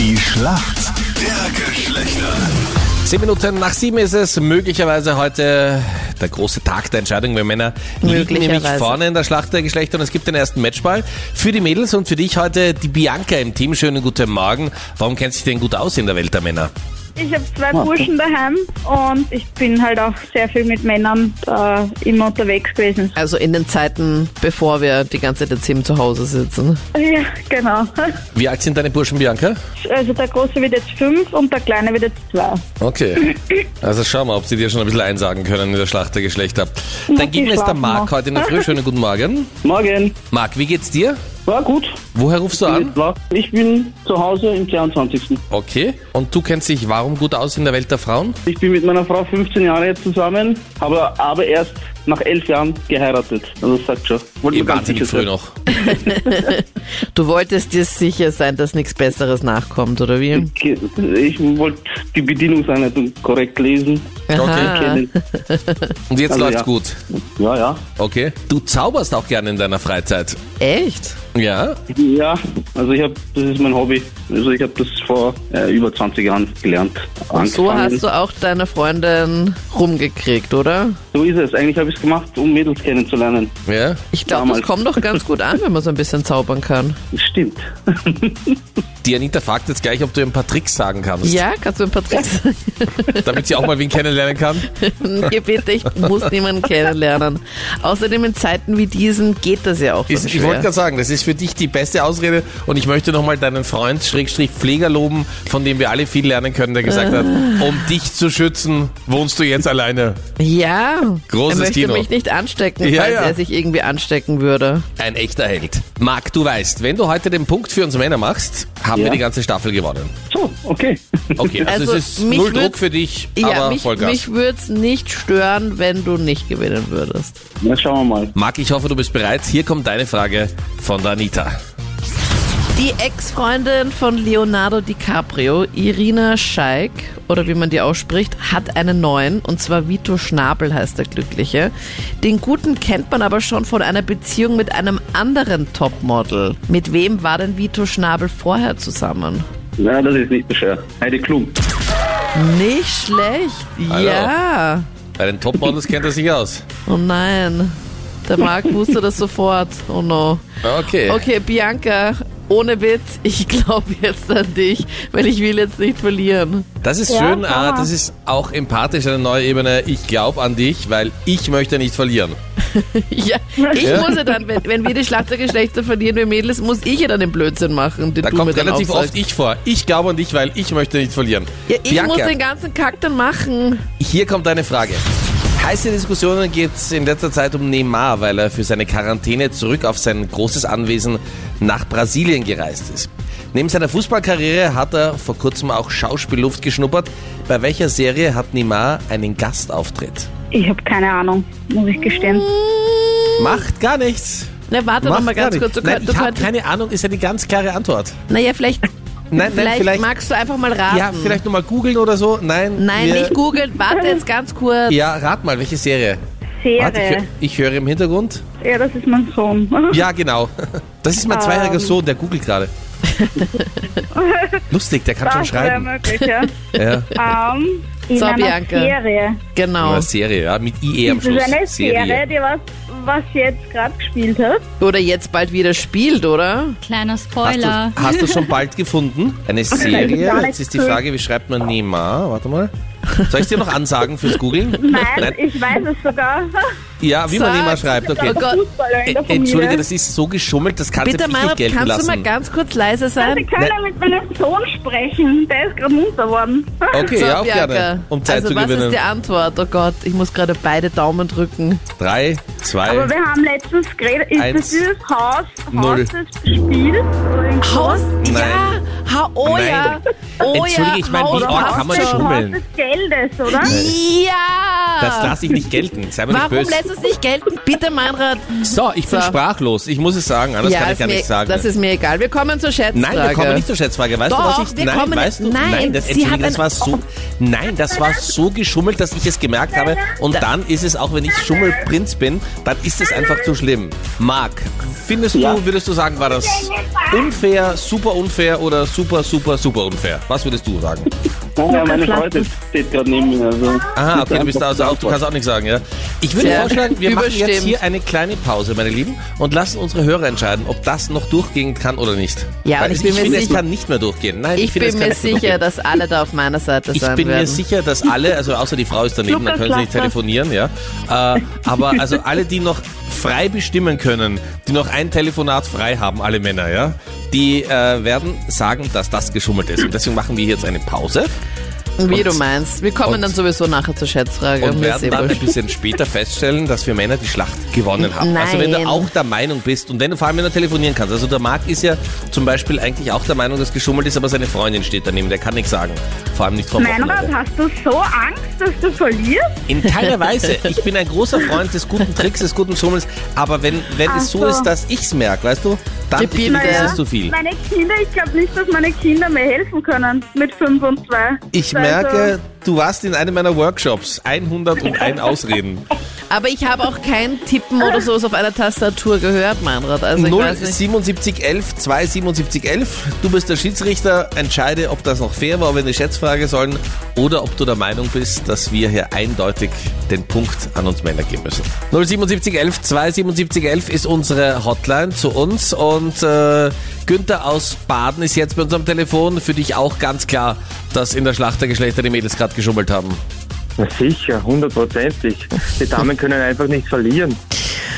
Schlacht der Geschlechter. Zehn Minuten nach sieben ist es möglicherweise heute der große Tag der Entscheidung. Wir Männer liegen nämlich Möglicherweise. vorne in der Schlacht der Geschlechter und es gibt den ersten Matchball für die Mädels und für dich heute die Bianca im Team. Schönen guten Morgen. Warum kennt sich denn gut aus in der Welt der Männer? Ich habe zwei Burschen daheim und ich bin halt auch sehr viel mit Männern äh, immer unterwegs gewesen. Also in den Zeiten, bevor wir die ganze Zeit jetzt eben zu Hause sitzen. Ja, genau. Wie alt sind deine Burschen, Bianca? Also der Große wird jetzt fünf und der Kleine wird jetzt zwei. Okay. Also schauen wir, ob sie dir schon ein bisschen einsagen können in der Schlacht der Geschlechter. Dein ich Gegner ist der schlafen Marc noch. heute in der Früh. Schönen guten Morgen. Morgen. Marc, wie geht's dir? War gut. Woher rufst du an? Ich bin zu Hause im 22. Okay. Und du kennst dich warum gut aus in der Welt der Frauen? Ich bin mit meiner Frau 15 Jahre jetzt zusammen, habe aber erst nach 11 Jahren geheiratet. Also das sagt schon. Wollte Ihr nur ganz wahnsinnig sicher früh sein. noch. Du wolltest dir sicher sein, dass nichts Besseres nachkommt, oder wie? Ich wollte die Bedienungsanleitung korrekt lesen. Aha. Kennen. Und jetzt Also läuft's ja. gut. Ja, ja. Okay. Du zauberst auch gerne in deiner Freizeit. Echt? Ja. Ja, also ich habe, das ist mein Hobby. Also ich habe das vor äh, über 20 Jahren gelernt. Und so Angefangen. hast du auch deine Freundin rumgekriegt, oder? so ist es. Eigentlich habe ich es gemacht, um Mädels kennenzulernen. Ja. Ich glaube, das Damals. kommt doch ganz gut an, wenn man so ein bisschen zaubern kann. Stimmt. Die Anita fragt jetzt gleich, ob du ihr ein paar Tricks sagen kannst, Ja, kannst du ein paar Tricks damit sie auch mal wen kennenlernen kann. Ihr bitte, ich muss niemanden kennenlernen. Außerdem in Zeiten wie diesen geht das ja auch Ist, schon ich wollte schwer. gerade sagen, das ist für dich die beste Ausrede und ich möchte nochmal deinen Freund Schrägstrich Pfleger loben, von dem wir alle viel lernen können, der gesagt hat, Äh. um dich zu schützen, wohnst du jetzt alleine. Ja, Großes er möchte Kino. mich nicht anstecken, Ja, falls ja. er sich irgendwie anstecken würde. Ein echter Held. Marc, du weißt, wenn du heute den Punkt für uns Männer machst, haben Ja. wir die ganze Staffel gewonnen. So, okay. Okay, also, Also, es ist mich null würd's- Druck für dich, Ja, aber mich, Vollgas. mich würde es nicht stören, wenn du nicht gewinnen würdest. Na, schauen wir mal. Marc, ich hoffe, du bist bereit. Hier kommt deine Frage von der Anita. Die Ex-Freundin von Leonardo DiCaprio, Irina Scheik, oder wie man die ausspricht, hat einen neuen, und zwar Vito Schnabel heißt der Glückliche. Den Guten kennt man aber schon von einer Beziehung mit einem anderen Topmodel. Mit wem war denn Vito Schnabel vorher zusammen? Na, das ist nicht so schwer. Heidi Klum. Nicht schlecht, Hallo. ja. Bei den Topmodels kennt er sich aus. Oh nein, der Marc wusste das sofort, oh no. Okay. Okay, Bianca, ohne Witz, ich glaube jetzt an dich, weil ich will jetzt nicht verlieren. Das ist Ja, schön, schau ah, mal. das ist auch empathisch, eine neue Ebene. Ich glaube an dich, weil ich möchte nicht verlieren. Ja, ich Ja. muss ja dann, wenn, wenn wir die Schlacht der Geschlechter verlieren, wir Mädels, muss ich ja dann den Blödsinn machen, den Da du mir kommt dann relativ aufsagst. oft ich vor. Ich glaube an dich, weil ich möchte nicht verlieren. Ja, ich Bianca, muss den ganzen Kack dann machen. hier kommt eine Frage. Heiße Diskussionen geht es in letzter Zeit um Neymar, weil er für seine Quarantäne zurück auf sein großes Anwesen nach Brasilien gereist ist. Neben seiner Fußballkarriere hat er vor kurzem auch Schauspielluft geschnuppert. Bei welcher Serie hat Neymar einen Gastauftritt? Ich habe keine Ahnung, muss ich gestehen. Macht gar nichts. Na, warte Macht noch mal gar ganz kurz. nichts. oh Du, Nein, könnt- du ich habe könnt- keine Ahnung, ist eine ganz klare Antwort. naja, vielleicht, Nein, nein, vielleicht, vielleicht- magst du einfach mal raten. Ja, vielleicht nochmal googeln oder so. Nein, Nein, wir, nicht googeln, warte jetzt ganz kurz. Ja, rat mal, welche Serie? Warte, ich, hö- Serie. ich höre im Hintergrund. Ja, das ist mein Sohn. Ja, genau. Das ist mein Ähm. zweijähriger Sohn, der googelt gerade. Lustig, der kann schon das wäre schreiben. möglich, ja. Ja. ähm, in So, einer Bianca. Serie. Genau. Eine Serie, ja, mit IE am Das Schluss. ist eine Serie, die was, was jetzt gerade gespielt hat. Oder jetzt bald wieder spielt, oder? Kleiner Hast Spoiler. du, hast du schon bald gefunden? Eine Serie? gar Jetzt nicht ist die cool. Frage, wie schreibt man Neymar? Warte mal. Soll ich dir noch ansagen fürs Googeln? Nein, ich weiß es sogar. Ja, wie man Sag's. Neymar schreibt, okay. Oh Gott. Fußballer in der Äh, Familie. Entschuldige, das ist so geschummelt, das kannst du Bitte, jetzt nicht Mama, gelten kannst du lassen. mal ganz kurz leise Also, sein? ich kann ja mit meinem Sohn sprechen. Der ist gerade munter geworden. okay, So, ja, auch Bianca, gerne, um Zeit also zu was gewinnen. ist die Antwort? Oh Gott, ich muss gerade beide Daumen drücken. Drei, Aber zwei, wir haben letztens geredet, ist Eins, das dieses Haus, null. Haus das Spiel? Haus? Nein. Ja, ha, oh Nein. ja. Oh Entschuldige, ja, ich meine, wie Haus, oft Haus Ah, kann man der- schummeln? Haus des Geldes, oder? Ja. das lasse ich nicht gelten. Sei mal nicht Warum böse. lässt lass es nicht gelten. Bitte, Meinrad. So, ich bin So. sprachlos. Ich muss es sagen, anders Ja, kann ich ist gar mir, nichts sagen. Das ist mir egal. Wir kommen zur Schätzfrage. Nein, wir kommen nicht zur Schätzfrage. Weißt Doch, du, was ich. wir Nein, kommen- weißt du? nein, das, sie Entschuldigung, haben- das war so. Nein, das war so geschummelt, dass ich es gemerkt habe. Und dann ist es, auch wenn ich Schummelprinz bin, dann ist es einfach zu schlimm. Marc, findest du, Ja. würdest du sagen, war das unfair, super unfair oder super, super, super unfair? Was würdest du sagen? Naja, meine Lukas, Freude steht gerade neben mir. Also Aha, okay, du bist da also auch, du Antwort. kannst auch nichts sagen, ja? Ich würde Sehr vorschlagen, wir machen jetzt überstimmt. hier eine kleine Pause, meine Lieben, und lassen unsere Hörer entscheiden, ob das noch durchgehen kann oder nicht. Ja, Weil und ich bin mir finde, es sicher- kann nicht mehr durchgehen. Nein, ich, Ich finde, bin es kann mir nicht mehr durchgehen. sicher, dass alle da auf meiner Seite Ich sein bin werden. mir sicher, dass alle, also außer die Frau ist daneben, dann Lukas, können sie nicht lass mal. telefonieren, ja. Äh, aber also alle, die noch frei bestimmen können, die noch ein Telefonat frei haben, alle Männer, ja, die äh, werden sagen, dass das geschummelt ist. Und deswegen machen wir jetzt eine Pause Wie du Und- meinst. Wir kommen und- dann sowieso nachher zur Schätzfrage. und Mir ist eh werden dann ein wurscht. bisschen später feststellen, dass wir Männer die Schlacht gewonnen haben. Also wenn du Nein. auch der Meinung bist und wenn du vor allem wenn du telefonieren kannst. Also der Marc ist ja zum Beispiel eigentlich auch der Meinung, dass geschummelt ist, aber seine Freundin steht daneben, der kann nichts sagen. Vor allem nicht vom Meinrad, hast du so Angst, dass du verlierst? In keiner Weise. Ich bin ein großer Freund des guten Tricks, des guten Schummels. Aber wenn, wenn Ach es so so. ist, dass ich's merk, weißt du, dann Tipp ich, ihn, ist ja. es zu viel. Meine Kinder, ich glaube nicht, dass meine Kinder mir helfen können mit 5 und 2. Ich Also, merke, du warst in einem meiner Workshops. 101 Ausreden. Aber ich habe auch kein Tippen oder sowas auf einer Tastatur gehört, Meinrad. Also ich weiß nicht. 07711, 27711. Du bist der Schiedsrichter. Entscheide, ob das noch fair war, ob wir eine Schätzfrage sollen oder ob du der Meinung bist, dass wir hier eindeutig den Punkt an uns Männer geben müssen. 07711, 27711 ist unsere Hotline zu uns und äh, Günther aus Baden ist jetzt bei uns am Telefon. Für dich auch ganz klar, dass in der Schlacht der Geschlechter die Mädels gerade geschummelt haben. Na sicher, hundertprozentig. Die Damen können einfach nicht verlieren.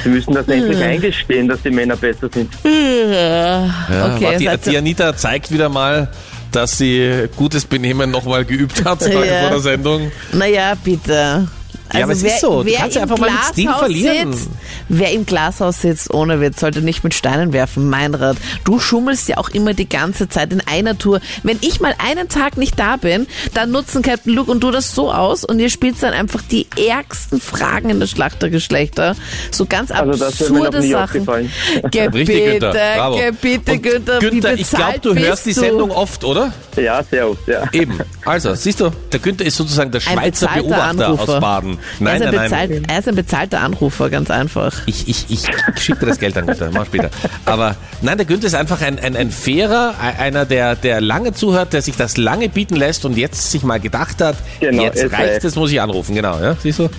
Sie müssen das endlich Hm. eingestehen, dass die Männer besser sind. Ja, Äh, okay, warte, seid die, die Anita zeigt wieder mal, dass sie gutes Benehmen nochmal geübt hat heute Ja. vor der Sendung. Naja, bitte. Also Ja, aber es ist so. Du kannst ja im einfach mal mit Stil Glashaus verlieren. Sitzt, wer im Glashaus sitzt, ohne Witz, sollte nicht mit Steinen werfen, mein Rat. Du schummelst ja auch immer die ganze Zeit in einer Tour. Wenn ich mal einen Tag nicht da bin, dann nutzen Captain Luke und du das so aus und ihr spielt dann einfach die ärgsten Fragen in der Schlacht der Geschlechter. So ganz Also das wäre mir noch absurde nie Sachen. aufgefallen. Gebitte, Richtig, Günther. Bravo. Gebitte, Und Günther, wie Günther, ich glaube, bezahlt du bist hörst die du? Sendung oft, oder? Ja, sehr oft, ja. Eben. Also, siehst du, der Günther ist sozusagen der Ein Schweizer bezahlter Beobachter Anrufer. aus Baden. Nein, er, ist nein, ein nein. bezahlt, er ist ein bezahlter Anrufer, ganz einfach. Ich, ich, ich schicke dir das Geld an, Günther. Mach später. Aber nein, der Günther ist einfach ein, ein, ein fairer, ein- einer, der, der lange zuhört, der sich das lange bieten lässt und jetzt sich mal gedacht hat, Genau, jetzt ist reicht recht. es, muss ich anrufen. Genau, ja? siehst du?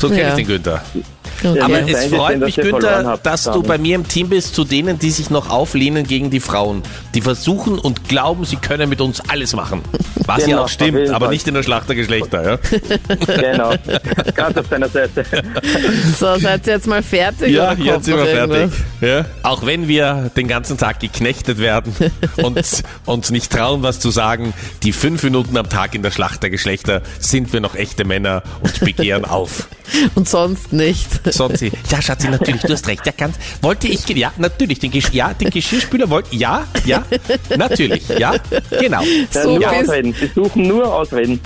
So kenne Ja. ich den Günther. Okay. Aber Ja, es danke, freut dass mich, ihr verloren Günther, habt, dass du Daniel. bei mir im Team bist zu denen, die sich noch auflehnen gegen die Frauen. Die versuchen und glauben, sie können mit uns alles machen. Was ja Genau, auch auf stimmt, jeden aber Fall. nicht in der Schlacht der Geschlechter. Ja? Genau. Ganz auf deiner Seite. So, seid ihr jetzt mal fertig? Ja, oder kommt jetzt sind noch wir fertig. irgendwas? Ja? Auch wenn wir den ganzen Tag geknechtet werden und uns nicht trauen, was zu sagen, die fünf Minuten am Tag in der Schlacht der Geschlechter sind wir noch echte Männer und begehren auf. Und sonst nicht. Sonst, ja, Schatzi, natürlich, du hast recht. Ja, ganz, wollte ich, ge- ja, natürlich, den, Gesch ja, den Geschirrspüler wollte, ja, ja, natürlich, ja, genau. Ja, So nur bist- Ausreden. Sie suchen nur Ausreden.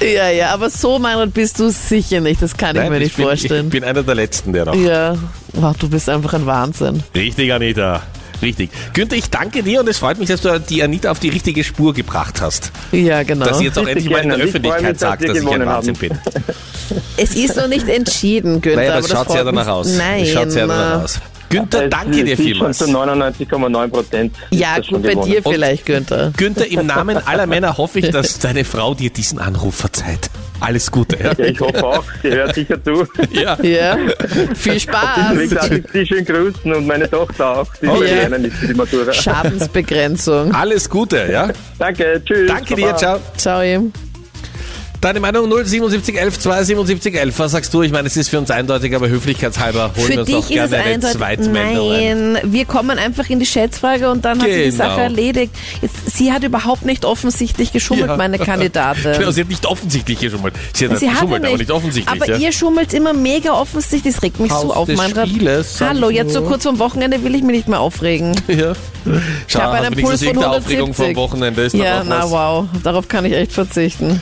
Ja, ja, aber so, Meinrad, bist du sicher nicht. Das kann ich mir nicht bin, vorstellen. Ich bin einer der Letzten, der noch. ja, wow, du bist einfach ein Wahnsinn. Richtig, Anita. Richtig. Günther, ich danke dir und es freut mich, dass du die Anita auf die richtige Spur gebracht hast. Ja, genau. Dass sie jetzt auch endlich mal in der gerne. Ich freue mich, Öffentlichkeit dass sagt, wir dass ich ein gewonnen Wahnsinn haben. bin. es ist noch nicht entschieden, Günther. Naja, aber das schaut freut sehr danach mich. aus. Nein. Das schaut sehr danach aus. Günther, Es danke dir sind vielmals. Schon zu 99,9 Prozent. Ja, gut, bei dir vielleicht, Günther. Günther, im Namen aller Männer hoffe ich, dass deine Frau dir diesen Anruf verzeiht. Alles Gute. Ja. Ja, ich hoffe auch, sie hört sicher zu. Ja. Ja, viel Spaß. Deswegen darf ich sie schön grüßen und meine Tochter auch. Die Okay. okay. nicht für die Matura. Schadensbegrenzung. Alles Gute, ja? Danke, tschüss. Danke dir, Baba. ciao. Ciao, ihm. Deine Meinung 07711 27711. Was sagst du? Ich meine, es ist für uns eindeutig, aber höflichkeitshalber holen wir Für uns auch dich ist es gerne eine eindeutig. Zweitmeldung. ein. Nein, wir kommen einfach in die Schätzfrage und dann hat sie die Genau. Sache erledigt. Jetzt, sie hat überhaupt nicht offensichtlich geschummelt, Ja. meine Kandidatin. Genau, sie hat nicht offensichtlich geschummelt. Sie hat, Sie hat geschummelt, ja aber nicht offensichtlich. Aber ja. ihr schummelt immer mega offensichtlich. Das regt mich so Haus auf, des mein Rat. Spieles, sag Hallo, ich jetzt so nur. kurz vom Wochenende will ich mich nicht mehr aufregen. Ja. Schau, hab hast einen wenigstens Puls von irgendeine Aufregung vom 170. Wochenende. Ist Ja, doch auch na was. wow, darauf kann ich echt verzichten.